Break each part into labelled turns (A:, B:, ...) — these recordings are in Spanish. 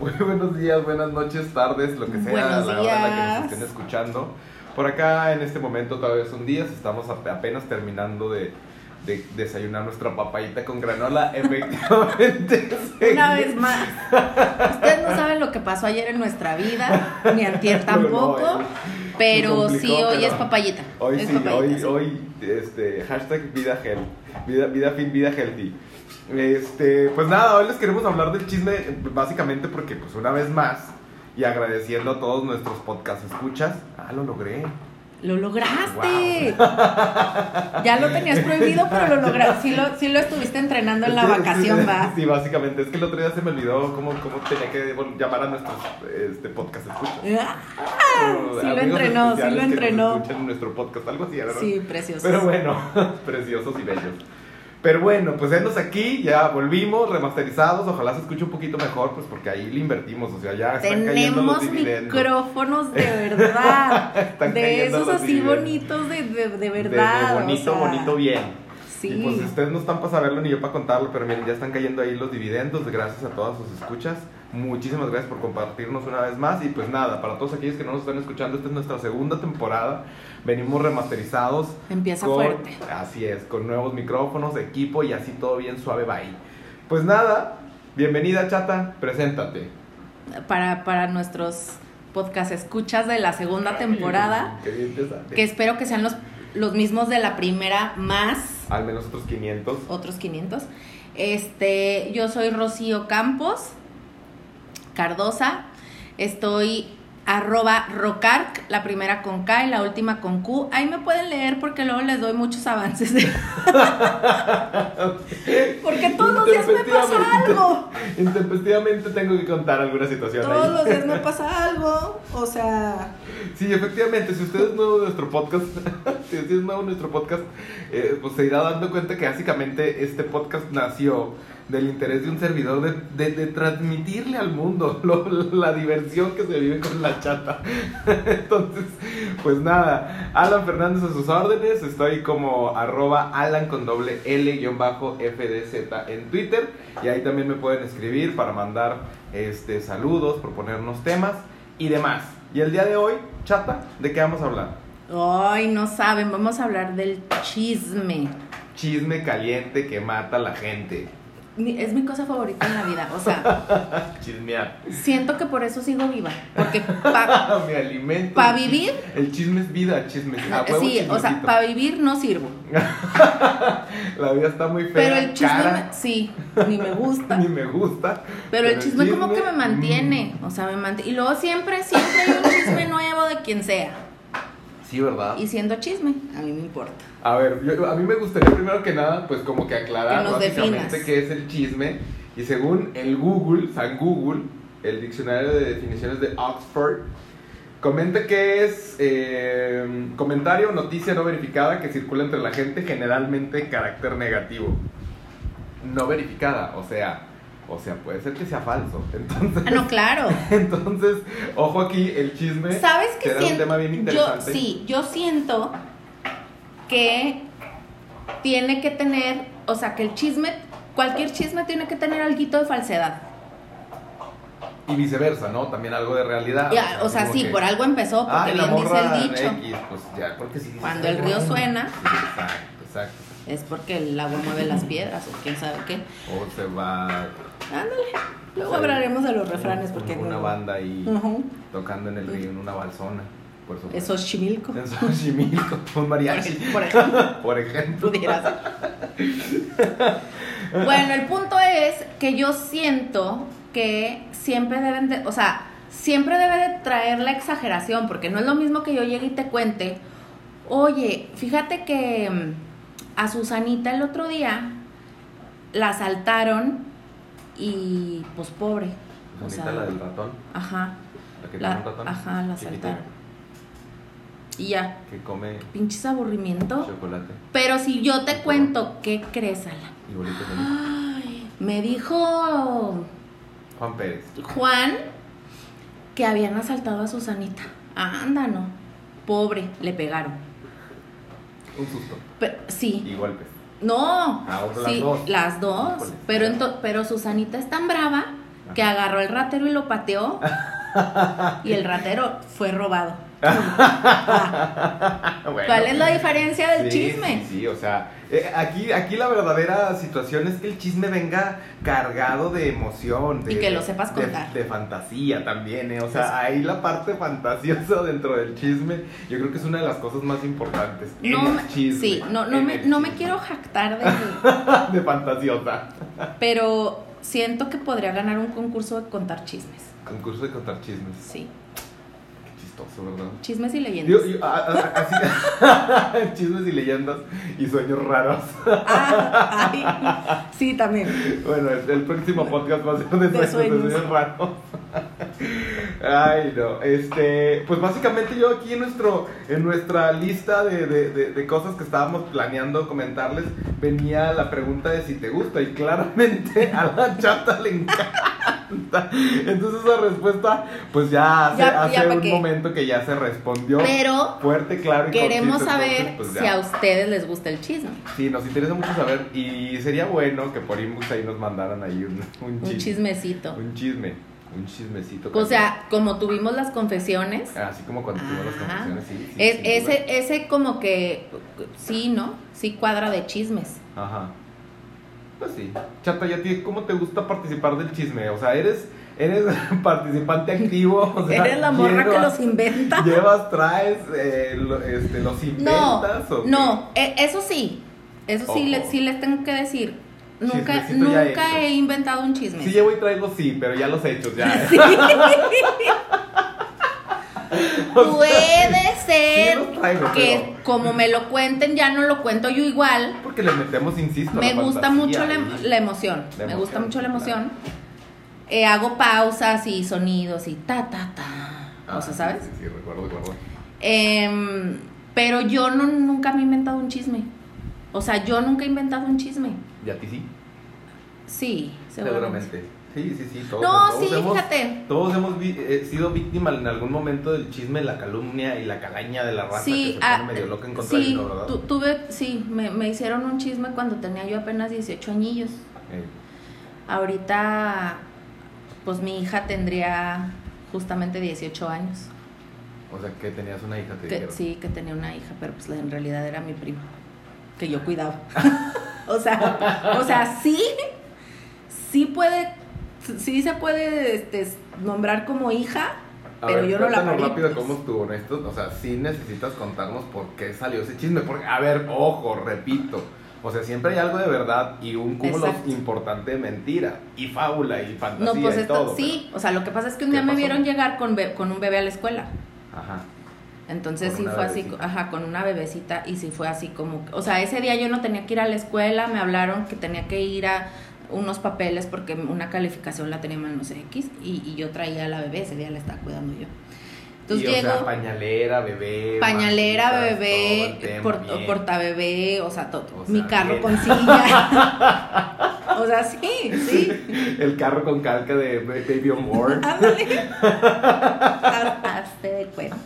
A: Muy buenos días, buenas noches, tardes, lo que sea,
B: Buenos
A: la hora en la que nos
B: días.
A: estén escuchando. Por acá en este momento todavía son días, estamos ap- apenas terminando de, de desayunar nuestra papayita con granola. Efectivamente.
B: Una
A: sí.
B: vez más. Ustedes no saben lo que pasó ayer en nuestra vida, ni antier tampoco,
A: No, no, eh,
B: pero
A: complicó,
B: sí, hoy
A: pero-
B: es papayita.
A: Hoy
B: es
A: sí,
B: papayita,
A: hoy,
B: sí.
A: hoy, este, hashtag vida health, vida, vida fin, vida healthy. Este, pues nada, hoy les queremos hablar del chisme, básicamente porque, pues una vez más, y agradeciendo a todos nuestros podcast escuchas, ah, lo logré.
B: ¡Lo lograste! ya lo tenías prohibido, pero lo lograste. Sí lo, sí lo estuviste entrenando en la
A: Sí, sí,
B: vacación,
A: sí,
B: va.
A: Sí, básicamente, es que el otro día se me olvidó cómo, cómo tenía que vol- llamar a nuestros este, podcast escuchas.
B: Ah, sí lo
A: Amigos
B: entrenó, sí
A: especiales
B: lo
A: que nos
B: entrenó.
A: escuchan en nuestro podcast, algo así, ¿verdad?
B: Sí, precioso.
A: Pero bueno, preciosos y bellos. Pero bueno, pues enos aquí, ya volvimos, remasterizados, ojalá se escuche un poquito mejor, pues porque ahí le invertimos, o sea, ya están cayendo los
B: Tenemos
A: dividendos.
B: micrófonos de verdad.
A: Están
B: de
A: cayendo
B: esos
A: los
B: así
A: dividendos.
B: bonitos de, de, de
A: De- de
B: verdad. o
A: bonito,
B: sea,
A: bonito, bien.
B: Sí.
A: Y pues ustedes no están para saberlo ni yo para contarlo, pero miren, ya están cayendo ahí los dividendos, gracias a todas sus escuchas. Muchísimas gracias por compartirnos una vez más. Y pues nada, para todos aquellos que no nos están escuchando, esta es nuestra segunda temporada. Venimos remasterizados,
B: Empieza
A: con-
B: fuerte.
A: Así es, con nuevos micrófonos, equipo y así todo bien suave va ahí. Pues nada, bienvenida chata, preséntate.
B: para, para nuestros podcast escuchas de la segunda temporada,
A: Qué bien te sale.
B: que espero que sean los, los mismos de la primera más
A: Al menos otros 500.
B: otros 500. Este, yo soy Rocío Campos Cardosa, estoy arroba rocarc, la primera con K y la última con Q. Ahí me pueden leer porque luego les doy muchos avances. de- porque todos los días me pasa
A: Intempestivamente.
B: algo.
A: Intempestivamente tengo que contar alguna situación
B: Todos
A: ahí.
B: los días me pasa algo. O sea,
A: Sí, efectivamente, si usted es nuevo de nuestro podcast, si usted es nuevo de nuestro podcast, eh, pues se irá dando cuenta que básicamente este podcast nació del interés de un servidor de, de- de transmitirle al mundo lo- la diversión que se vive con la chata. Entonces, pues nada, Alan Fernández a sus órdenes, estoy como arroba Alan con doble L guión bajo FDZ en Twitter y ahí también me pueden escribir para mandar este saludos, proponernos temas y demás. Y el día de hoy, chata, ¿de qué vamos a hablar?
B: ay, no saben, vamos a hablar del chisme.
A: Chisme caliente que mata a la gente.
B: Mi- Es mi cosa favorita en la vida. O sea,
A: Chismear.
B: siento que por eso sigo viva. Porque para
A: Ah, me alimento.
B: vivir,
A: El chisme es vida, chisme. A huevo,
B: sí, o sea,
A: chismecito.
B: para vivir no sirvo.
A: La vida está muy fea.
B: Pero el chisme,
A: cara,
B: me- sí, ni me gusta.
A: ni me gusta.
B: Pero el chisme como que me
A: mm.
B: mantiene. O sea, me mantiene. Y luego siempre, siempre hay un chisme nuevo de quien sea.
A: mm. Sí, ¿verdad?
B: Y siendo chisme, a mí me importa.
A: A ver, yo- a mí me gustaría primero que nada, pues como que aclarar
B: Que nos
A: básicamente
B: definas.
A: qué es el chisme. Y según el Google, San Google, el diccionario de definiciones de Oxford, comenta que es eh, comentario o noticia no verificada que circula entre la gente generalmente de carácter negativo. No verificada, o sea, o sea, puede ser que sea falso. Entonces,
B: Ah, no, claro.
A: entonces ojo aquí, el chisme
B: ¿Sabes qué
A: será
B: siento?
A: un tema bien
B: yo,
A: interesante.
B: sí, yo siento que tiene que tener, o sea, que el chisme, cualquier chisme tiene que tener algo de falsedad.
A: Y viceversa, ¿no? También algo de realidad.
B: Ya, o sea,
A: como
B: sí,
A: que,
B: por algo empezó,
A: Ah,
B: porque
A: la
B: bien dice
A: morra
B: el dicho.
A: X, pues ya, porque sí dices,
B: Cuando
A: "Ah,
B: el río
A: bueno".
B: suena.
A: Sí, Exacto, exacto.
B: Es porque el agua mueve las piedras, o quién sabe qué.
A: O se va.
B: Ándale, luego
A: se-
B: hablaremos de los refranes,
A: un-
B: porque.
A: Una
B: no-
A: banda ahí
B: Ujú,
A: tocando en el río, en una balsona. Por supuesto.
B: Mm. Es Xochimilco.
A: En Xochimilco, un
B: Por
A: mariachi,
B: ej- por ejemplo.
A: por ejemplo.
B: pudiera ser. Bueno, el punto es que yo siento que siempre deben de, o sea, siempre debe de traer la exageración, porque no es lo mismo que yo llegue y te cuente, oye, fíjate que mm, a Susanita el otro día la asaltaron y pues pobre. O sea,
A: Bonita la del ratón,
B: Ajá,
A: la que
B: la-
A: tiene un ratón.
B: ajá, la
A: chiquita,
B: asaltaron. Y ya,
A: Que come
B: pinches aburrimiento.
A: chocolate
B: Pero si yo te cuento, ¿qué crees, Alan?
A: y bolitas de
B: Ah.
A: maíz.
B: Ay, me dijo
A: Juan Pérez.
B: Juan que habían asaltado a Susanita. Anda, no. Pobre, le pegaron.
A: Un susto.
B: Pe- sí,
A: Y golpes.
B: no.
A: Ah, o las
B: sí,
A: dos.
B: las dos.
A: Híjole.
B: Pero, ento- pero Susanita es tan brava que agarró el ratero y lo pateó. y el ratero fue robado.
A: Bueno,
B: ¿Cuál es la diferencia del
A: sí,
B: chisme?
A: Sí, sí, o sea, eh, aquí, aquí la verdadera situación es que el chisme venga cargado de emoción. De,
B: Y que lo sepas
A: de-
B: contar.
A: De, fantasía también, ¿eh? O sea,
B: Sí.
A: ahí la parte fantasiosa dentro del chisme, yo creo que es una de las cosas más importantes. en
B: No
A: el
B: me-
A: chisme,
B: sí, no, no
A: en
B: me,
A: el
B: no me
A: chisme.
B: quiero jactar de
A: De fantasiosa.
B: pero siento que podría ganar un concurso de contar chismes.
A: Concurso de contar chismes.
B: Sí,
A: Qué chistoso, ¿verdad?
B: chismes y leyendas.
A: Digo, yo- a- a- así- chismes y leyendas y sueños raros.
B: Ah, ay, sí, también.
A: Bueno, el, el próximo podcast va a ser de,
B: De
A: sueños, de
B: sueños.
A: sueños raros. Ay, no. Este, pues básicamente yo aquí en nuestro, en nuestra lista de, de- de- de cosas que estábamos planeando comentarles, venía la pregunta de si te gusta. Y claramente a la chata le encanta. Entonces esa respuesta, pues ya hace,
B: Ya- ya
A: hace
B: pa'
A: un
B: qué.
A: momento que ya se respondió.
B: Pero
A: Fuerte, claro y
B: queremos
A: conciso, entonces,
B: saber
A: pues, ya.
B: si a ustedes les gusta el chisme.
A: Sí, nos interesa mucho saber y sería bueno que por inbox ahí nos mandaran ahí un, un
B: Un
A: chisme.
B: chismecito.
A: Un chisme. Un chismecito. Ah,
B: O sea, como tuvimos las confesiones,
A: Así como cuando tuvimos las
B: Ajá.
A: confesiones, sí. sí,
B: es,
A: sin
B: ese, ese como que sí, ¿no? Sí cuadra de chismes.
A: duda. Ajá. Pues sí. Chata, ¿y a ti cómo te gusta participar del chisme? O sea, eres, eres participante activo. O sea,
B: Eres la morra que
A: llevas-
B: los inventa.
A: Llevas, traes, eh, lo- este, los
B: No,
A: inventas. ¿o qué?
B: no, e- eso sí, eso sí,
A: Ojo.
B: le- sí les tengo que decir. Nunca,
A: Chismecito ya hecho.
B: nunca he inventado un chisme.
A: Sí, llevo y traigo, sí, pero ya los hechos, ya.
B: Sí. Puede ser
A: los traigo,
B: que
A: pero-
B: como me lo cuenten, ya no lo cuento yo igual.
A: Porque le metemos, insisto.
B: Me
A: la
B: gusta
A: fantasía
B: mucho la,
A: ahí.
B: la emoción.
A: La
B: Me
A: emoción,
B: gusta mucho la
A: claro.
B: emoción. Eh, hago pausas y sonidos y ta, ta, ta.
A: Ah,
B: O sea, ¿sabes?
A: Sí, sí, sí, recuerdo, recuerdo.
B: Em, pero yo no, nunca me he inventado un chisme. O sea, yo nunca he inventado un chisme.
A: ¿Y a ti sí?
B: Sí, seguramente.
A: Seguramente. Sí, sí, sí. Todos,
B: No,
A: todos
B: sí,
A: hemos,
B: fíjate.
A: Todos hemos vi- eh, sido víctimas en algún momento del chisme, la calumnia y la calaña de la raza
B: Sí,
A: que se
B: ah,
A: pone medio loca en contra de
B: sí,
A: uno, ¿verdad?
B: tu- tuve, sí, me, me hicieron un chisme cuando tenía yo apenas 18 añillos.
A: Eh,
B: Ahorita, pues mi hija tendría justamente 18 años.
A: o sea, que tenías una hija, te
B: Que-
A: dijeron.
B: sí, que tenía una hija, pero pues en realidad era mi prima, que yo cuidaba. o sea, o sea, sí, sí puede, sí se puede este, nombrar como hija,
A: A
B: pero
A: ver,
B: yo no la
A: cuéntanos
B: parí.
A: rápido
B: pues.
A: cómo estuvo ¿no? Esto, O sea, sí necesitas contarnos por qué salió ese chisme. Porque, a ver, ojo, repito. O sea, siempre hay algo de verdad y un cúmulo
B: Exacto.
A: importante de mentira. Y fábula y fantasía
B: No, pues
A: y
B: esto,
A: todo.
B: sí, o sea, lo que pasa es que un
A: ¿Qué
B: día me
A: pasó?
B: vieron llegar con, be- con un bebé a la escuela.
A: pero- Ajá.
B: Entonces
A: Con
B: sí
A: una
B: fue así,
A: bebecita.
B: ajá, con una bebecita y sí fue así como, o sea, ese día yo no tenía que ir a la escuela, me hablaron que tenía que ir a unos papeles porque una calificación la tenía mal, no sé, X, y, y yo traía a la bebé, ese día la estaba cuidando yo. Entonces
A: Y,
B: llego,
A: O sea, pañalera, bebé.
B: pañalera,
A: mantitas, todo el
B: bebé, eh,
A: tema,
B: port-
A: bien.
B: portabebé, o sea, todo,
A: O sea,
B: mi carro
A: bien.
B: con silla. o sea, sí, sí,
A: El carro con calca de Ba- Baby on Board.
B: ándale. Hazte de cuenta.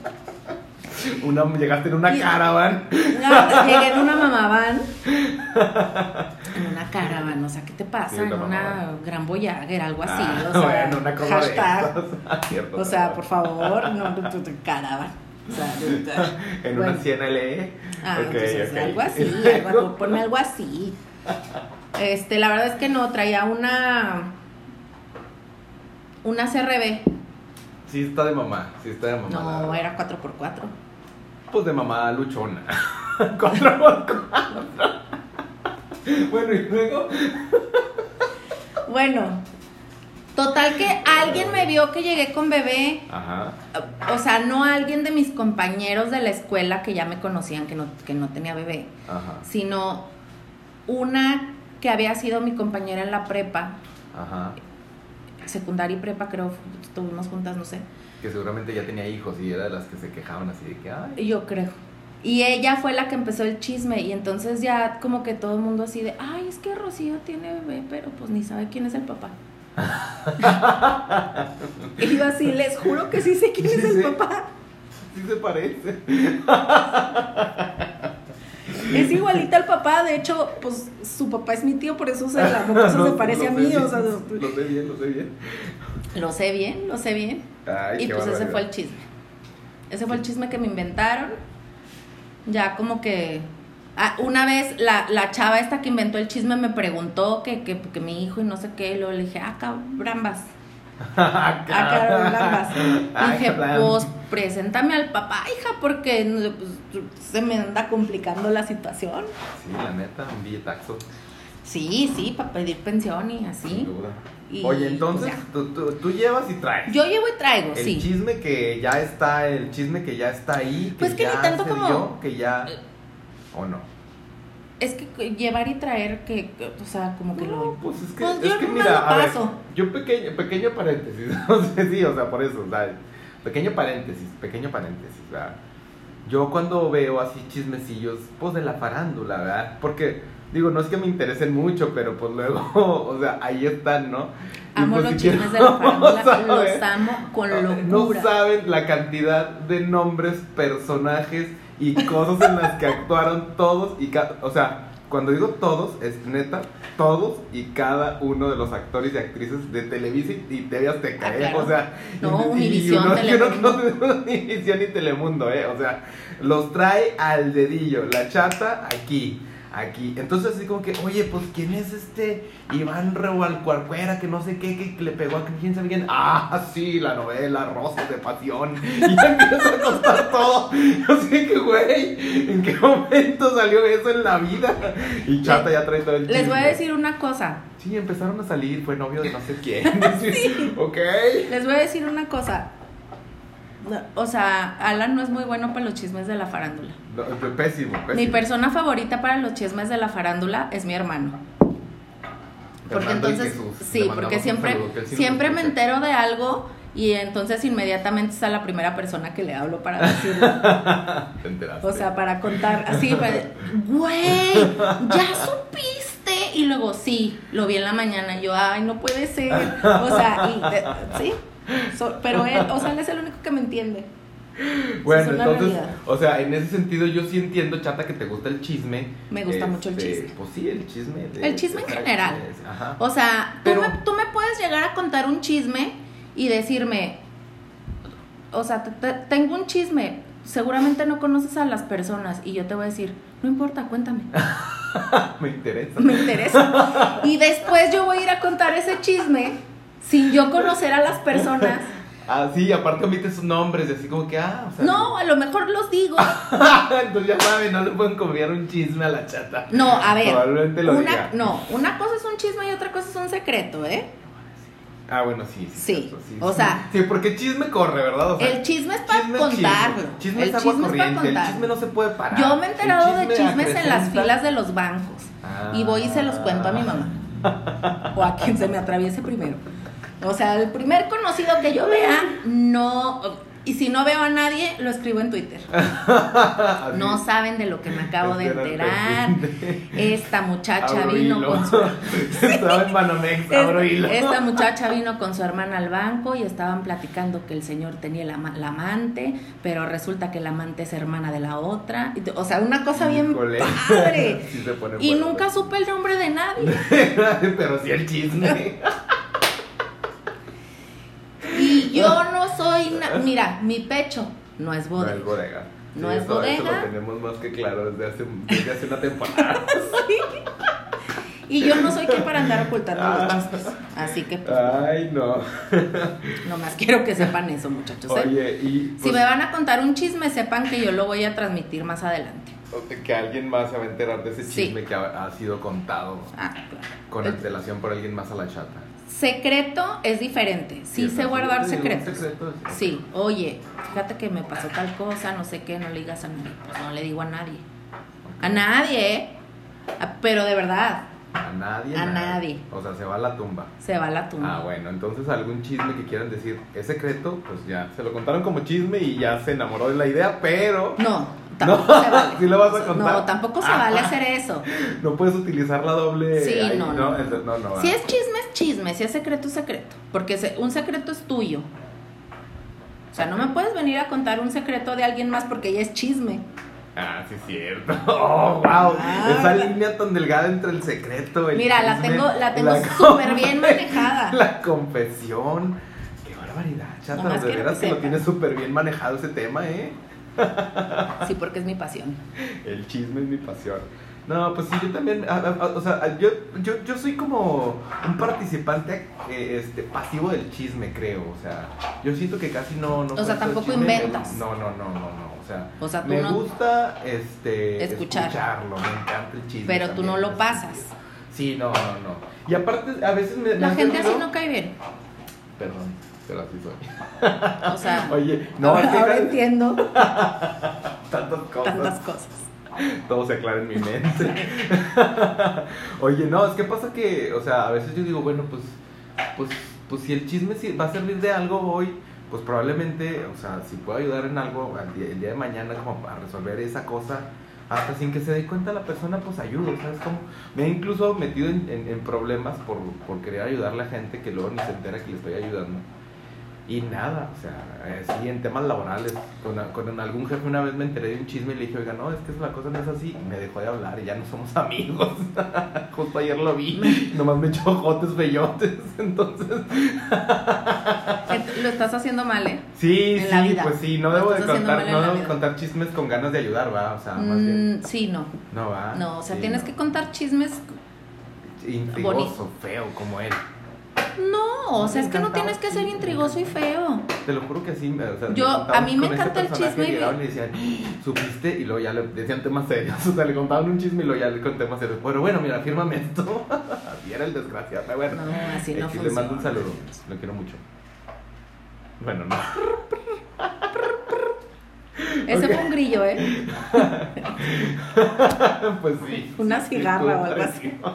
A: Una, llegaste en una
B: Y-
A: caravan.
B: Una- Llegué en una mamaván. En una caravana, o sea, ¿qué te pasa?
A: Sí, una
B: en una
A: mamaván.
B: gran voyager, algo así.
A: Ah,
B: Pues o sea,
A: bueno, una cosa de
B: hashtag.
A: esas. Ah, Cierto,
B: O sea, por favor, no, no, no, no, caravana. O sea, de- de-
A: En
B: bueno.
A: una 100 LE.
B: Ah,
A: Ok,
B: entonces,
A: ok.
B: algo así,
A: Y luego-
B: algo, ponme algo así. Este, la verdad es que no, traía una. Una CRB.
A: Sí, está de mamá. Sí, está de mamá. la
B: No,
A: verdad.
B: era 4x4.
A: Pues de mamá luchona. Cuatro por cuatro. Bueno, y luego.
B: Bueno, total que alguien me vio que llegué con bebé.
A: Ajá.
B: o sea, no alguien de mis compañeros de la escuela que ya me conocían, que no, que no tenía bebé,
A: Ajá.
B: sino una que había sido mi compañera en la prepa,
A: Ajá.
B: secundaria y prepa, creo, estuvimos juntas, no sé,
A: Que seguramente ya tenía hijos y era de las que se quejaban así de que, ay.
B: yo creo. Y ella fue la que empezó el chisme y entonces ya como que todo el mundo así de, ay, es que Rocío tiene bebé, pero pues ni sabe quién es el papá. y yo así, les juro que sí sé quién es
A: Sí,
B: el
A: sí.
B: papá.
A: Sí se parece.
B: Es igualita al papá, de hecho, pues su papá es mi tío, por eso se, la, por eso se parece a
A: lo sé
B: mí.
A: bien,
B: o sea,
A: lo,
B: lo-
A: sé bien, lo sé bien.
B: lo sé bien, lo sé bien.
A: Ay,
B: y
A: qué
B: pues ese
A: barbaridad.
B: fue el chisme. Ese fue el chisme que me inventaron. Ya como que... ah, una vez la, la chava esta que inventó el chisme me preguntó que, que, que mi hijo y no sé qué, y luego le dije, ah, cabrambas.
A: Ah,
B: Ah, claro, ambas.
A: Ah,
B: Dije,
A: cabrón.
B: pues preséntame al papá, hija, porque pues, se me anda complicando la situación.
A: Sí, la neta, un billetaxo.
B: Sí, sí, para pedir pensión y
A: sin
B: así.
A: duda.
B: Y,
A: Oye, entonces
B: pues,
A: tú, tú- tú llevas y traes.
B: Yo llevo y traigo,
A: el
B: sí.
A: chisme que ya está, el chisme que ya está ahí. Que
B: Pues que
A: ya
B: ni tanto
A: se
B: como- eh,
A: dio, que ya. ¿O no?
B: Es que llevar y traer, que, que, o sea, como que
A: No,
B: lo...
A: pues es que,
B: Pues
A: es
B: yo
A: que
B: nomás
A: mira,
B: lo
A: a ver,
B: paso.
A: yo pequeño, pequeño paréntesis, no sé si, o sea, por eso, o sea, pequeño paréntesis, pequeño paréntesis, ¿verdad? Yo cuando veo así chismecillos, pues de la farándula, ¿verdad? Porque, digo, no es que me interesen mucho, pero pues luego, o sea, ahí están, ¿no? Y
B: Amo
A: pues
B: los
A: si
B: chismes de la
A: quiero
B: farándula,
A: saber-
B: los amo con
A: no
B: locura.
A: saben la cantidad de nombres, personajes y cosas en las que actuaron todos y ca- o sea, cuando digo todos es neta todos y cada uno de los actores y actrices de Televisa y, y TV Azteca,
B: Ah,
A: ¿eh?
B: claro.
A: o sea, y-
B: No,
A: y- y
B: Univisión,
A: uno- y uno
B: Telemundo.
A: que no- Univisión y Telemundo, eh, o sea, los trae al dedillo, la chata aquí. Aquí, entonces así como que, oye, pues quién es este Iván Rehualcuarcuera que no sé qué, que, le pegó a quién sabe quién. Ah, sí, la novela Rosas de Pasión. Y ya empieza a contar todo. Yo sé que, güey, ¿en qué momento salió eso en la vida? Y chata ya trae todo el
B: Les voy a
A: chisme.
B: decir una cosa.
A: Sí, empezaron a salir, fue novio de no sé quién. sí. Ok.
B: Les voy a decir una cosa. No, O sea, Alan no es muy bueno para los chismes de la farándula.
A: No, fue pésimo, pésimo.
B: Mi persona favorita para los chismes de la farándula es mi hermano. Porque
A: Fernando y
B: entonces,
A: Jesús, le
B: sí,
A: mandamos
B: porque
A: un
B: siempre,
A: saludo, que él sí nos
B: siempre me
A: escucha.
B: entero de algo y entonces inmediatamente está la primera persona que le hablo para decirle,
A: Te enteraste.
B: o sea, para contar, así, pues, güey, ya supiste. Y luego, sí, lo vi en la mañana, y yo, ay, no puede ser. O sea, y, eh, sí, So- pero él, o sea, él es el único que me entiende.
A: Bueno,
B: es una
A: entonces,
B: realidad.
A: o sea, en ese sentido yo sí entiendo, Chata, que te gusta el chisme.
B: Me gusta mucho el
A: Este,
B: chisme.
A: Pues sí, el chisme. de-
B: El chisme en
A: de-
B: general.
A: Ajá.
B: O sea, tú,
A: Pero-
B: me, tú me puedes llegar a contar un chisme y decirme, o sea, te- te- tengo un chisme, seguramente no conoces a las personas y yo te voy a decir, no importa, cuéntame,
A: Me interesa.
B: me interesa. Y después yo voy a ir a contar ese chisme sin yo conocer a las personas.
A: Ah, sí, aparte omites sus nombres, y así como que, ah, o sea.
B: No, a lo mejor los digo.
A: Entonces ya saben, no le pueden confiar un chisme a la chata.
B: No, a ver.
A: Probablemente lo
B: una-
A: diga.
B: no, una cosa es un chisme y otra cosa es un secreto, ¿eh?
A: Ah, bueno, sí. Sí,
B: Sí,
A: cierto,
B: o
A: sí.
B: sea-
A: Sí, porque chisme corre, ¿verdad? O sea,
B: El chisme es para
A: chisme es
B: contarlo.
A: Chisme, Chisme
B: el
A: es agua
B: chisme es para
A: corriente, el
B: contarlo.
A: chisme no se puede parar.
B: Yo me he
A: El
B: enterado de
A: chisme
B: chismes en las
A: acrecenta. Ah.
B: filas de los bancos y voy y se los cuento a mi mamá o a quien se me atraviese primero. O sea, el primer conocido que yo vea, no. Y si no veo a nadie, lo escribo en Twitter.
A: Así.
B: No saben de lo que me acabo de enterar. Esta muchacha
A: Abro
B: vino
A: hilo.
B: con su.
A: Estaba en Banamex, abro hilo.
B: Esta, esta muchacha vino con su hermana al banco y estaban platicando que el señor tenía la, ama- la amante, pero resulta que la amante es hermana de la otra. Y- O sea, una cosa bien
A: Híjole.
B: padre.
A: Sí se pone
B: Y
A: fuerte.
B: nunca supe el nombre de nadie.
A: Pero sí el chisme.
B: Y yo no soy. na- Mira, mi pecho no es
A: No es
B: bodega.
A: bodega.
B: No
A: Sí,
B: es
A: eso- Eso
B: bodega.
A: lo tenemos más que claro desde hace, desde hace una temporada.
B: Y yo no soy quien para andar ocultando los bastos. Así que pues,
A: Ay, no.
B: nomás quiero que sepan eso, muchachos. ¿eh?
A: Oye, y.
B: Si
A: pues,
B: me van a contar un chisme, sepan que yo lo voy a transmitir más adelante.
A: Que alguien más se va a enterar de ese
B: Sí.
A: chisme que ha, ha sido contado
B: Ah, claro.
A: con
B: Eh.
A: antelación por alguien más a la chata.
B: Secreto es diferente. Sí sé guardar secretos.
A: Sí.
B: Sí, oye, fíjate que me pasó tal cosa, no sé qué, no le digas a nadie. Pues no le digo a nadie. A nadie, ¿eh? A- Pero de verdad,
A: A nadie.
B: A
A: nada.
B: nadie.
A: O sea, se va a la tumba.
B: se va la tumba.
A: Ah, bueno, entonces algún chisme que quieran decir es secreto, pues ya. Se lo contaron como chisme y ya se enamoró de la idea, pero
B: No, tampoco
A: No,
B: se vale.
A: sí lo vas a contar. Ah,
B: No, tampoco se vale hacer eso.
A: no puedes utilizar la doble.
B: Sí,
A: ahí,
B: no,
A: no,
B: no.
A: Entonces, no, no,
B: Si
A: ah.
B: es chisme, es chisme. Si es secreto, es secreto. Porque se- un secreto es tuyo. O sea, no me puedes venir a contar un secreto de alguien más porque ya es chisme.
A: Ah, sí es cierto. Oh, wow.
C: Ah.
A: Esa línea tan delgada entre el secreto, el
B: Mira, la
A: Pues chisme,
B: tengo, la tengo
A: com-
B: súper bien manejada.
A: La confesión. Qué barbaridad, chata.
B: Nomás
A: de
B: quiero
A: veras
B: que
A: que lo
B: sepan.
A: tienes súper bien manejado ese tema, ¿eh?
B: Sí, porque es mi pasión.
A: El chisme es mi pasión. No, pues sí, yo también, a- a- a- o sea, a- yo, yo, yo soy como un participante eh, este, pasivo del chisme, creo, o sea, yo siento que casi no... no
B: O sea,
A: cuento
B: tampoco
A: chisme, me-
B: inventas.
A: No, no, no, no, no, o sea,
B: O sea, tú
A: me
B: no-
A: gusta este,
B: Escuchar.
A: escucharlo, me encanta el chisme.
B: Pero tú
A: también,
B: no
A: en
B: lo
A: ese
B: pasas.
A: sentido. Sí, no, no, no. Y aparte, a veces me... me
B: La
A: han
B: gente así
A: servido-
B: no cae bien.
A: Perdón, pero así soy.
B: O sea,
A: Oye, no,
B: ahora,
A: es que
B: ahora
A: hay pues.
B: entiendo
A: tantas cosas.
B: tantas cosas.
A: todo se aclara en mi mente. Oye, no, es que pasa que, o sea, a veces yo digo, bueno, pues, pues, pues si el chisme sí va a servir de algo hoy, pues probablemente, o sea, si puedo ayudar en algo al día- el día de mañana como a resolver esa cosa, hasta sin que se dé cuenta la persona, pues ayudo, ¿sabes cómo? Me he incluso metido en, en- en problemas por, por querer ayudar a la gente que luego ni se entera que le estoy ayudando. Y nada, o sea, eh, sí, en temas laborales, con, a- con algún jefe una vez me enteré de un chisme y le dije, oiga, no, es que la cosa no es así, y me dejó de hablar y ya no somos amigos. Justo ayer lo vi, nomás me echó jotes bellotes, entonces...
B: Gente, Lo estás haciendo mal, ¿eh?
A: Sí,
B: En
A: sí,
B: la vida.
A: pues sí, no
B: Lo
A: debo de
B: estás haciendo
A: contar,
B: mal en
A: no
B: la
A: debo
B: vida.
A: contar chismes con ganas de ayudar, va, o sea, Ah, más bien,
B: Mm, sí, no.
A: no va.
B: No, o sea,
A: sí,
B: tienes
A: no.
B: que contar chismes.
A: Intrigoso, feo, como él.
B: No, o sea,
A: Me
B: es que no
A: encantaba.
B: tienes que ser intrigoso y feo.
A: Te lo juro que así, me- o sea, me
B: Yo-
A: contaban
B: a mí me
A: con ese
B: encanta el
A: personaje
B: chisme y
A: Y
B: me-
A: llegaban y decían, supiste, y luego ya le decían temas serios. O sea, le contaban un chisme y luego ya le conté temas serios. Bueno, bueno, mira, fírmame esto. así era el desgraciado, pero bueno.
B: No, así no
A: Aquí le mando un
B: funciona.
A: saludo, lo quiero mucho. Bueno, no.
B: Ese
A: Ok.
B: fue un grillo, ¿eh?
A: pues sí.
B: Una
A: Sí,
B: cigarra
A: estuvo
B: o algo así.
A: padrísimo.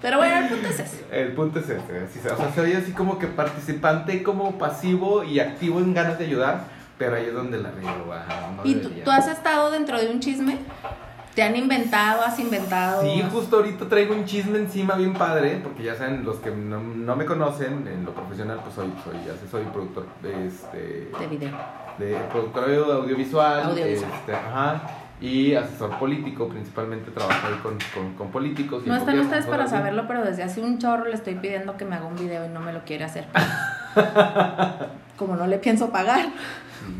B: Pero bueno, el punto es ese.
A: El punto es este, así se- o sea, se oye así como que participante, como pasivo y activo en ganas de ayudar, pero ahí es donde la riego, ajá, no
B: ¿Y tú,
A: debería.
B: tú has estado dentro de un chisme? ¿Te han inventado? ¿Has inventado? este
A: Sí, justo ahorita traigo un chisme encima bien padre, porque ya saben, los que no, no me conocen en lo profesional, pues soy, soy asesor y productor este,
B: De video.
A: de productor audio- audiovisual,
B: Audiovisual.
A: este, ajá, y asesor político, principalmente trabajo ahí con, con, con políticos. y
B: No están
A: gobierno,
B: ustedes para
A: cosas así.
B: saberlo, pero desde hace un chorro le estoy pidiendo que me haga un video y no me lo quiere hacer. Como no le pienso pagar,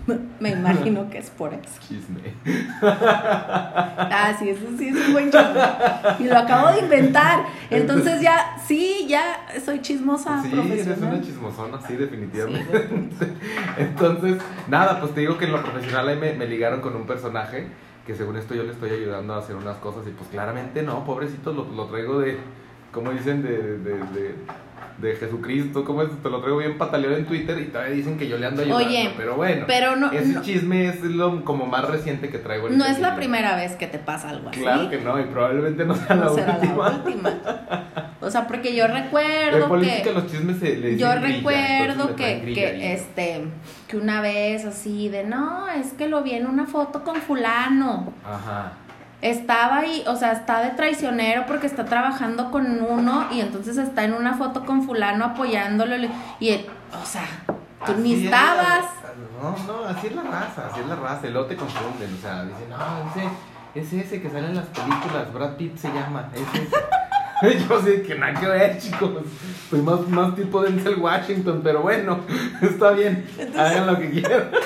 A: Mm.
B: me imagino que es por eso.
A: Chisme.
B: Ah, sí, eso sí es un buen chisme. Y lo acabo de inventar. Entonces ya, sí, ya soy chismosa
A: sí, eres una
B: profesional.
A: chismosona, sí, definitivamente.
B: Sí, güey.
A: Entonces, nada, pues te digo que en lo profesional ahí me, me ligaron con un personaje que según esto yo le estoy ayudando a hacer unas cosas y pues claramente no, pobrecito, lo, lo traigo de, como dicen, de, de, de, de Jesucristo, ¿cómo es? Te lo traigo bien pataleón en Twitter y todavía dicen que yo le ando ayudando,
B: Oye,
A: pero bueno.
B: Pero no,
A: ese
B: no,
A: chisme es lo como más reciente que traigo.
B: no
A: ahorita
B: es la
A: aquí.
B: primera vez que te pasa algo así.
A: Claro que no, y probablemente no sea la
B: no será
A: última.
B: la última. O sea, porque yo
A: en
B: recuerdo
A: política
B: que
A: los chismes se le
B: yo
A: dicen grilla, entonces
B: recuerdo
A: me traen
B: que,
A: grilla
B: que
A: ahí.
B: este que una vez así de no, es que lo vi en una foto con fulano.
A: Ajá.
B: Estaba ahí, o sea, está de traicionero porque está trabajando con uno y entonces está en una foto con fulano apoyándolo le- y él, o sea, tú
A: Así
B: ni
A: es la-
B: estabas.
A: No, no, así es la raza, así es la raza. Y luego te confunden, o sea, dicen, no, ese es ese que sale en las películas, Brad Pitt se llama, es ese. Yo sé que nada que ver, chicos. Soy más, más tipo Denzel Washington, pero bueno, está bien. hagan lo que quieran.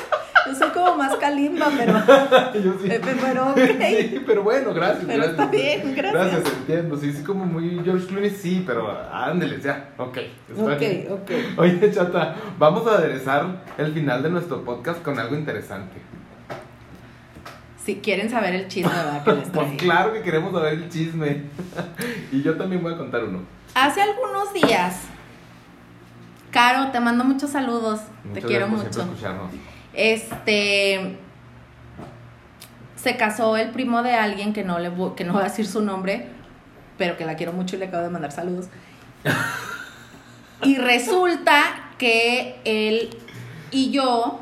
B: Yo soy como más calimba, pero,
A: Yo sí.
B: Eh, pero ok.
A: Sí, pero bueno, gracias.
B: Pero
A: gracias.
B: está bien, gracias.
A: entiendo. Sí, sí, como muy George Clooney, sí, pero ándeles ya. Ok, está
B: Ok,
A: bien.
B: ok.
A: Oye, chata, vamos a aderezar el final de nuestro podcast con algo interesante.
B: Si quieren saber el chisme, ¿verdad? Que les
A: Pues
B: traje.
A: claro que queremos saber el chisme. y yo también voy a contar uno.
B: Hace algunos días, Caro, te mando muchos saludos, te
A: Muchas
B: quiero
A: gracias por siempre
B: mucho.
A: escucharnos.
B: Este se casó el primo de alguien que no le vo- que no voy a decir su nombre, pero que la quiero mucho y le acabo de mandar saludos. y resulta que él y yo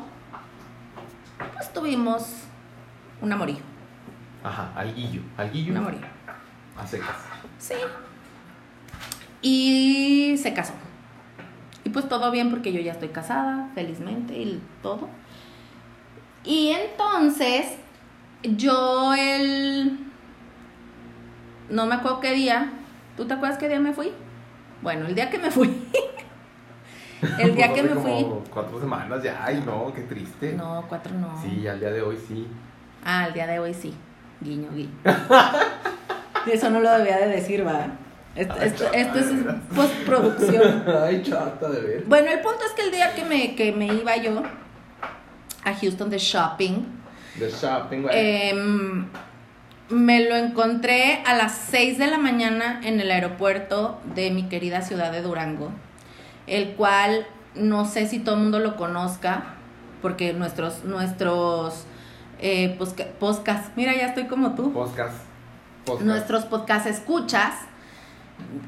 B: pues tuvimos un amorío,
A: Ajá, alguillo. Alguillo.
B: un amorío.
A: A secas.
B: Sí. Y se casó. Y pues todo bien porque yo ya estoy casada, felizmente y todo. Y entonces Yo el... No me acuerdo qué día. ¿Tú te acuerdas qué día me fui? Bueno, el día que me fui. el día que
A: Pues Hace
B: me fui.
A: como Cuatro semanas ya, ay no, qué triste.
B: No, cuatro no.
A: Sí, al día de hoy sí.
B: Ah, el día de hoy sí. Guiño, guiño. Eso no lo debía de decir, ¿verdad? Esto,
A: Ay,
B: esto-
A: chaval.
B: esto es postproducción.
A: ay, chata de ver.
B: Bueno, el punto es que el día que me, que me iba yo a Houston de shopping,
A: The shopping, güey.
B: em, me lo encontré a las 6 de la mañana en el aeropuerto de mi querida ciudad de Durango, el cual no sé si todo el mundo lo conozca, porque nuestros, nuestros eh, posca- podcast, mira, ya estoy como tú
A: Podcast. Podcast.
B: nuestros podcast escuchas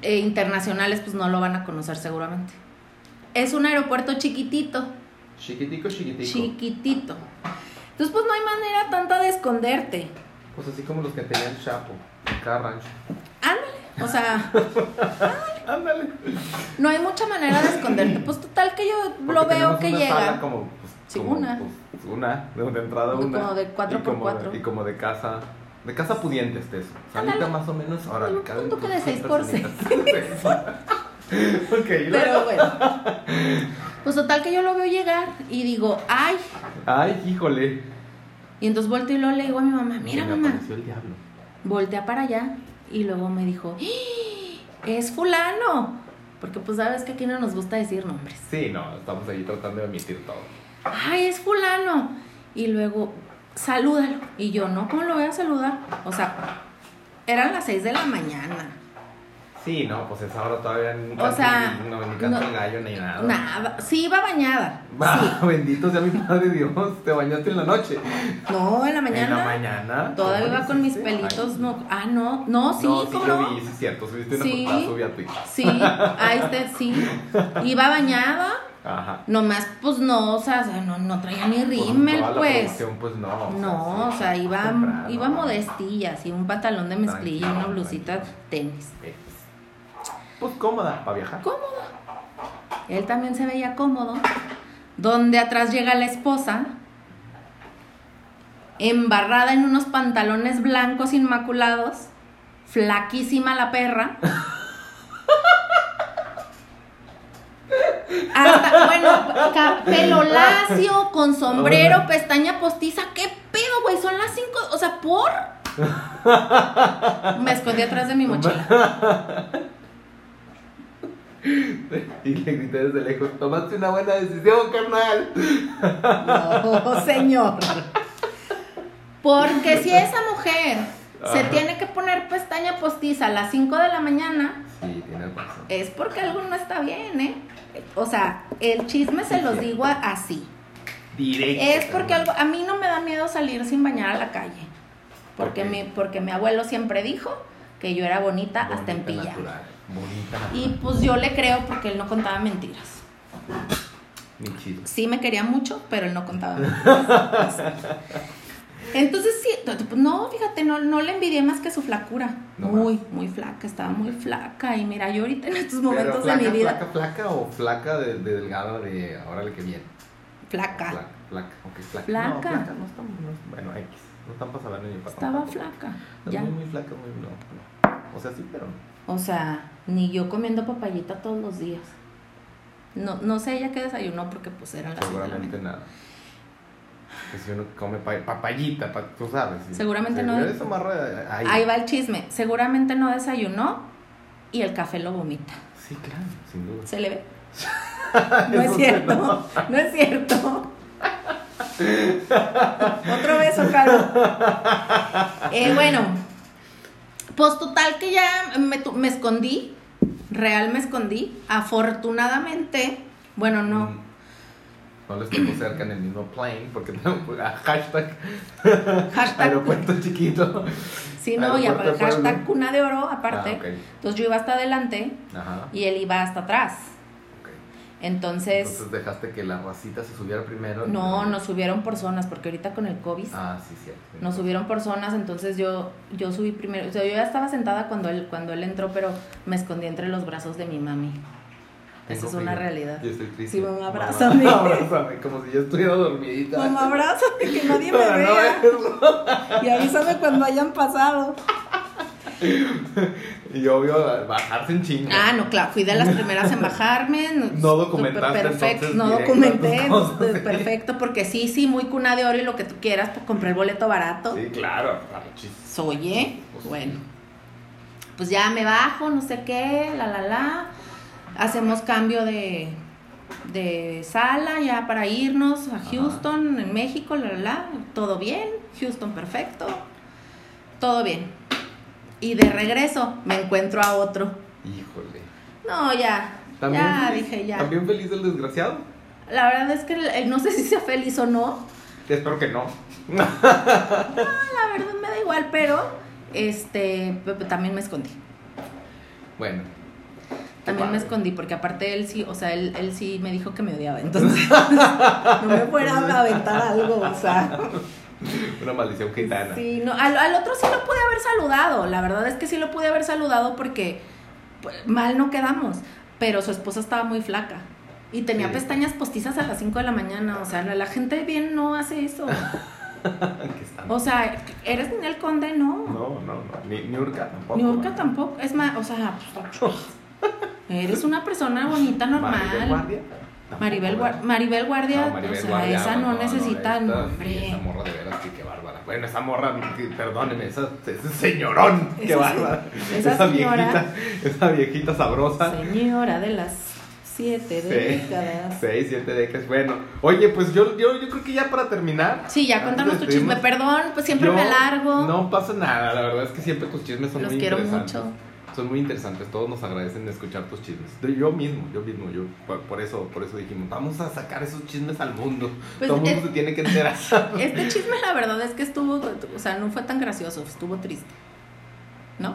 B: eh, internacionales pues no lo van a conocer seguramente. Es un aeropuerto chiquitito,
A: Chiquitico, chiquitico.
B: chiquitito. Entonces pues no hay manera tanta de esconderte.
A: Pues así como los que tenían Chapo en cada rancho.
B: O sea,
A: Ándale.
B: no hay mucha manera de esconderte. Pues total que yo
A: Porque
B: lo veo
A: tenemos
B: que
A: una sala
B: llega.
A: como, pues,
B: Sí,
A: como,
B: una.
A: pues, una, de una entrada
B: De
A: una.
B: como de cuatro
A: y
B: por
A: como,
B: cuatro.
A: Y como de casa, de casa pudiente este eso.
B: Ándale.
A: Salita más o menos, ahora
B: Un
A: caben
B: punto que de
A: pues,
B: seis
A: cien
B: por
A: personitas. ok, y luego-
B: Pero bueno. Pues total que yo lo veo llegar y digo, ay.
A: Ay, híjole.
B: Y entonces volteo y luego le digo a mi mamá, Ah, mira
A: Se me
B: mamá,
A: apareció el diablo.
B: Voltea para allá y luego me dijo, "¡Ah! es fulano. Porque pues sabes que aquí no nos gusta decir nombres.
A: Sí, no, estamos ahí tratando de omitir todo.
B: Ay, es fulano. Y luego, salúdalo. Y yo, no, ¿cómo lo voy a saludar? O sea, eran las 6 de la mañana.
A: Sí, no, pues esa hora todavía ni
B: O
A: canta-
B: sea,
A: no, ni canta
B: no-
A: el gallo ni nada.
B: Nada. Sí, iba bañada.
A: Ah, Bendito sea mi padre Dios, te bañaste en la noche.
B: No, en la mañana.
A: En la mañana.
B: Todavía
A: ¿cómo
B: iba
A: lo
B: con mis
A: hiciste?
B: pelitos.
A: Ay.
B: No, ah, no. No, sí,
A: no, sí,
B: ¿cómo
A: yo
B: no?
A: vi, sí, es cierto. Subiste una
B: Sí.
A: portada, subí a Twitch.
B: Sí, ahí está, sí. Iba bañada.
A: Ajá.
B: Nomás, pues no, o sea, o sea, no, no traía ni rímel,
A: toda la
B: pues.
A: promoción, pues no. o sea,
B: No,
A: sí,
B: o sea, iba,
A: temprano.
B: iba modestilla, así, un pantalón de mezclilla,
A: Tranquilo,
B: una blusita,
A: tranquilo.
B: tenis.
A: Eh, Pues cómoda para viajar.
B: Él también se veía cómodo. Donde atrás llega la esposa, embarrada en unos pantalones blancos inmaculados, flaquísima la perra. Hasta, bueno, ca- pelo lacio, con sombrero, pestaña postiza. ¿Qué pedo, güey? Son las cinco. O sea, ¿por? Me escondí atrás de mi mochila.
A: Y le grité desde lejos: Tomaste una buena decisión, carnal.
B: No, señor. Porque si esa mujer se
A: Ajá.
B: tiene que poner pestaña postiza a las 5 de la mañana,
A: Sí, tienes razón.
B: es porque algo no está bien, ¿eh? O sea, el chisme se los digo a- así.
A: Directo.
B: Es porque
A: carnal.
B: algo, a mí no me da miedo salir sin bañar a la calle. Porque,
A: Ok.
B: mi, porque mi abuelo siempre dijo que yo era bonita, hasta en
A: Bonita
B: pilla.
A: natural, Bonita natural.
B: Y pues yo le creo porque él no contaba mentiras.
A: Ni chido.
B: sí me quería mucho, pero él no contaba. mentiras. Entonces sí, t- t- no, fíjate, no, no le envidié más que su flacura.
A: No
B: muy, muy flaca, estaba muy flaca. Y mira, yo ahorita en estos momentos
A: Pero, flaca,
B: de mi vida,
A: ¿Flaca, flaca o flaca de, de delgada de órale que viene?
B: flaca,
A: Flaca, flaca, ok, flaca.
B: Flaca.
A: No, flaca, no está, no es- bueno, X, no están para saber ni para
B: estaba
A: tampoco.
B: flaca.
A: No,
B: Ya.
A: Muy, muy flaca, muy, no, no. O sea, sí, pero no.
B: O sea, ni yo comiendo papayita todos los días. No, no sé ella qué desayunó porque pues eran las seis de la
A: seguramente
B: mañana.
A: nada. Que si uno come pa- papayita, pa- tú sabes. sí.
B: Seguramente
A: Sí,
B: no.
A: Eso amarra ahí.
B: Ahí va el chisme. Seguramente no desayunó y el café lo vomita.
A: Sí, claro, sin duda.
B: Se le ve. No
A: Eso
B: es
A: sí,
B: cierto,
A: no.
B: no, es cierto. Otro beso, Caro. Eh, bueno, pues total que ya me, tu- me escondí, real me escondí. Afortunadamente, bueno,
A: Mm.
B: no,
A: No les tengo cerca en el mismo plane porque tengo hashtag
B: hashtag,
A: aeropuerto chiquito.
B: sí, no, y aparte,
A: aeropuerto de Puebla.
B: hashtag cuna de oro aparte.
A: Ah, ok.
B: Entonces yo iba hasta adelante
A: Ajá.
B: y él iba hasta atrás.
A: ok.
B: Entonces,
A: Entonces dejaste que la racita se subiera primero.
B: no, nos subieron por zonas, porque ahorita con el COVID
A: Ah, sí, cierto.
B: Nos subieron por zonas, entonces yo, yo subí primero. O sea, yo ya estaba sentada cuando él, cuando él entró, pero me escondí entre los brazos de mi mami. Esa
A: Tengo
B: es una
A: frío.
B: realidad.
A: Yo estoy triste.
B: Sí, mamá,
A: Mamá,
B: abrázame.
A: abrázame, como si yo estuviera dormidita.
C: Mamá, abrázame, que nadie me
A: Para no
C: vea.
A: verlo.
C: Y avísame cuando hayan pasado.
A: Y obvio, bajarse en chinga.
B: Ah, no, claro, fui de las primeras en bajarme.
A: No documentaste,
B: Perfecto,
A: entonces,
B: no
A: directo
B: documenté,
A: a tus cosas.
B: pues, perfecto, porque sí, sí, muy cuna de oro y lo que tú quieras, pues compré el boleto barato.
A: Sí, claro. Archis.
B: Soy, ¿eh?
A: Pues,
B: Bueno, pues ya me bajo, no sé qué, la, la, la. Hacemos cambio de, de sala ya para irnos a
A: Ajá.
B: Houston, en México, la, la, la. Todo bien, Houston perfecto, todo bien. Y de regreso me encuentro a otro.
A: Híjole.
B: No, ya.
A: También
B: ya
A: feliz-
B: dije ya.
A: También feliz del desgraciado.
B: La verdad es que eh, no sé si sea feliz o no.
A: Espero que no.
B: La verdad me da igual, pero este pe- pe- también me escondí.
A: Bueno.
B: También me
A: padre.
B: escondí porque aparte él sí, o sea, él, él sí me dijo que me odiaba, entonces
C: No me fuera a aventar algo, o sea.
A: Una maldición gitana.
B: sí, no, al, al otro sí lo pude haber saludado, la verdad es que sí lo pude haber saludado porque pues, mal no quedamos, pero su esposa estaba muy flaca y tenía
A: Sí.
B: pestañas postizas a las 5 de la mañana, o sea, la, la gente bien no hace eso,
A: Que está-
B: o sea, eres Ninel Conde,
A: No, no, no. Ni, ni Urca tampoco.
B: Ni Urca
A: ¿no?
B: tampoco, es más, o sea, pues, eres una persona bonita,
A: Maribel
B: normal.
A: Guardia.
B: Maribel,
A: Guardia.
B: Guar- Maribel Guardia,
A: No, Maribel
B: o sea,
A: Guardia,
B: esa no,
A: esta-
B: necesita
A: sí,
B: nombre.
A: Esa morra de veras, que qué bárbara. Bueno, esa morra, que- perdóneme, esa, ese señorón, qué bárbara.
B: esa
A: viejita,
B: señora.
A: esa viejita sabrosa.
B: Señora de las siete
A: Sí.
B: décadas.
A: Seis, siete décadas. Bueno, oye, pues yo, yo, yo creo que ya para terminar.
B: Sí, ya contanos tu
A: Antes de
B: chisme,
A: despedirnos,
B: perdón, pues siempre
A: yo-
B: me alargo.
A: No pasa nada, la verdad es que siempre tus chismes son
B: Los
A: muy
B: quiero
A: interesantes.
B: mucho.
A: Son muy interesantes, todos nos agradecen de escuchar tus chismes. De- Yo mismo, yo mismo, yo por, por eso, por eso dijimos, vamos a sacar esos chismes al mundo.
B: Pues
A: Todo el mundo
B: es-
A: se tiene que enterar.
B: Este chisme la verdad es que estuvo, o sea, no fue tan gracioso, estuvo triste. ¿No?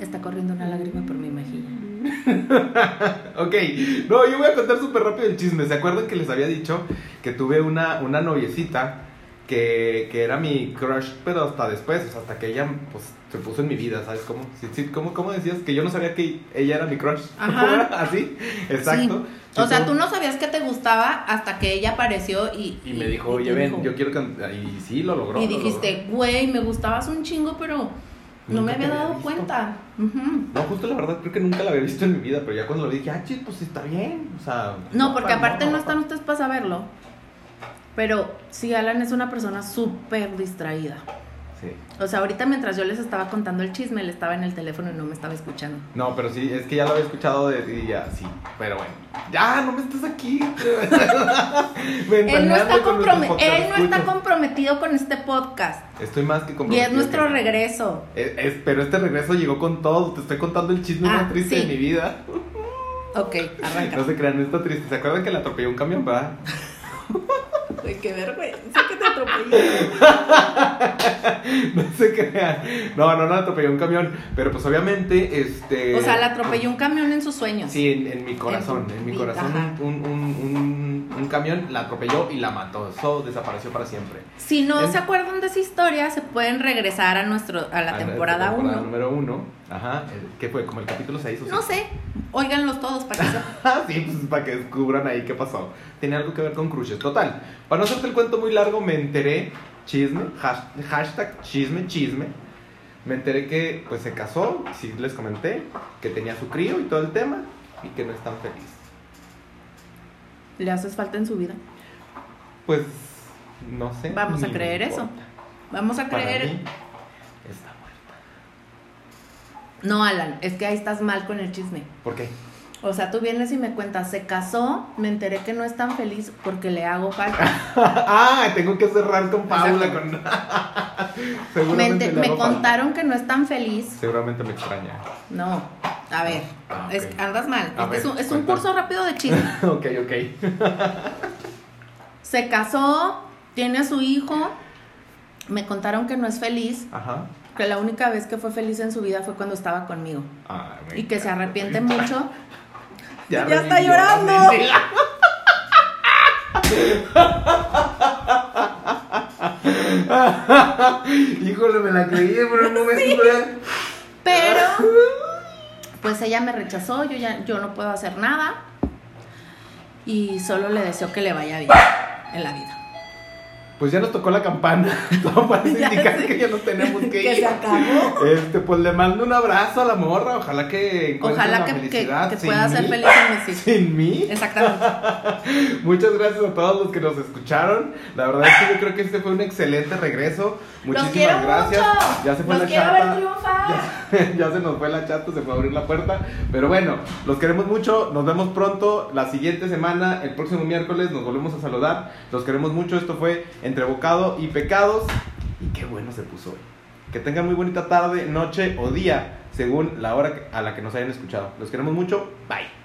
B: Está corriendo una lágrima por mi mejilla.
A: Ok, no, yo voy a contar súper rápido el chisme. ¿Se acuerdan que les había dicho que tuve una, una noviecita que, que era mi crush, pero hasta después, o sea, hasta que ella pues, se puso en mi vida, ¿sabes cómo? Sí, sí, ¿cómo, cómo decías? Que yo no sabía que ella era mi crush.
B: Ajá.
A: ¿Cómo era? ¿Así? Exacto.
B: Sí. O sea,
A: Entonces,
B: tú no sabías que te gustaba hasta que ella apareció y...
A: Y me dijo,
B: y- y
A: oye,
B: te
A: ven,
B: dijo".
A: yo quiero cantar. Y sí, lo logró.
B: Y
A: lo logró.
B: dijiste, güey, me gustabas un chingo, pero no
A: Nunca
B: me
A: te
B: había
A: había
B: dado
A: visto".
B: cuenta. Ujú.
A: No, justo la verdad, creo que nunca la había visto en mi vida, pero ya cuando lo vi dije, ah, chis, pues está bien. O sea.
B: No, porque
A: pa-
B: aparte no
A: pa-
B: están ustedes para saberlo. Pero sí, Alan es una persona súper distraída.
A: Sí.
B: O sea, ahorita mientras yo les estaba contando el chisme, él estaba en el teléfono y no me estaba escuchando.
A: No, pero sí, es que ya lo había escuchado de, y ya, sí, pero bueno. Ya, no me estás aquí.
B: Él no, está comprome- él no está
A: comprometido.
B: comprometido con este podcast.
A: Estoy más que
B: Y
A: comprometido.
B: es nuestro
A: que-
B: regreso.
A: Es- es- pero este regreso llegó con todo. Te estoy contando el chisme
B: Ah,
A: más triste
B: sí.
A: de mi vida.
B: Ok, arranca.
A: No se crean, no está triste. ¿Se acuerdan que le atropelló un camión, verdad?
C: Ay, qué vergüenza que te atropellé.
A: No se crean. No, no, no le atropelló un camión. Pero pues obviamente, este.
B: O sea, la atropelló un camión en sus sueños.
A: Sí, en, en mi corazón,
B: En tu
A: en mi
B: vida,
A: corazón
B: ajá.
A: un, un- un- un camión la atropelló y la mató. Eso desapareció para siempre.
B: Si no
A: Es-
B: se acuerdan de esa historia, se pueden regresar a nuestro a la
A: Ah,
B: temporada
A: la
B: 1.
A: número uno. Ajá. el- ¿Qué fue? ¿Como el capítulo 6 o
B: No
A: siete?
B: sé, óiganlos todos para que se-
A: Ah, sí, pues para que descubran ahí qué pasó. Tiene algo que ver con cruces. Total. Para no hacerte el cuento muy largo, me enteré, chisme, hash- hashtag chisme, chisme. Me enteré que pues se casó, sí les comenté, que tenía su crío y todo el tema, y que no es tan feliz.
B: le haces falta en su vida.
A: Pues, no sé.
B: Vamos a
A: ni me
B: creer eso.
A: importa.
B: Vamos a
A: Para
B: creer.
A: mí, está muerta.
B: No, Alan, es que ahí estás mal con el chisme.
A: ¿Por qué?
B: O sea, tú vienes y me cuentas, se casó, me enteré que no es tan feliz porque le hago falta.
A: Ah, tengo que cerrar con Paula.
B: Exacto.
A: Con...
B: Me,
A: Seguramente
B: ente-
A: le
B: me
A: hago falta.
B: contaron que no es tan feliz.
A: Seguramente me extraña.
B: No, a ver,
A: Ah,
B: es-
A: ok.
B: andas mal.
A: A
B: Este
A: ver,
B: es un, es un
A: cuenta.
B: curso rápido de chisme.
A: ok, ok.
B: Se casó, tiene a su hijo. Me contaron que no es feliz,
A: Ajá.
B: que la única vez que fue feliz en su vida fue cuando estaba conmigo
A: Ay, me
B: y que se
A: encanta.
B: arrepiente mucho.
C: Ya está
A: revivió.
C: llorando.
A: Híjole, me la creí por un momento.
B: Pero Pues ella me rechazó, yo ya yo no puedo hacer nada y solo le deseo que le vaya bien en la vida.
A: Pues ya nos tocó la campana. Todo parece
B: Ya
A: indicar
B: sé.
A: que ya nos tenemos que
C: Que se
A: ir.
C: acabó.
A: Este, pues le mando un abrazo a la morra. Ojalá que encuentre
B: Ojalá
A: la
B: que, que-
A: felicidad
B: que
A: sin
B: pueda ser
A: mí.
B: feliz en mis hijos.
A: Sin mí.
B: Exactamente.
A: Muchas gracias a todos los que nos escucharon. La verdad es que yo creo que este fue un excelente regreso.
B: Los
A: Muchísimas
B: quiero
A: gracias.
B: mucho.
A: Ya se fue
B: Los
A: la
B: quiero
A: chata.
B: ver triunfar.
A: Ya, ya se nos fue la chata, se fue a abrir la puerta. Pero bueno, los queremos mucho. Nos vemos pronto la siguiente semana, el próximo miércoles. Nos volvemos a saludar. Los queremos mucho. Esto fue Entre Bocado y Pecados. Y qué bueno se puso hoy. Que tengan muy bonita tarde, noche o día, según la hora que- a la que nos hayan escuchado. Los queremos mucho. Bye.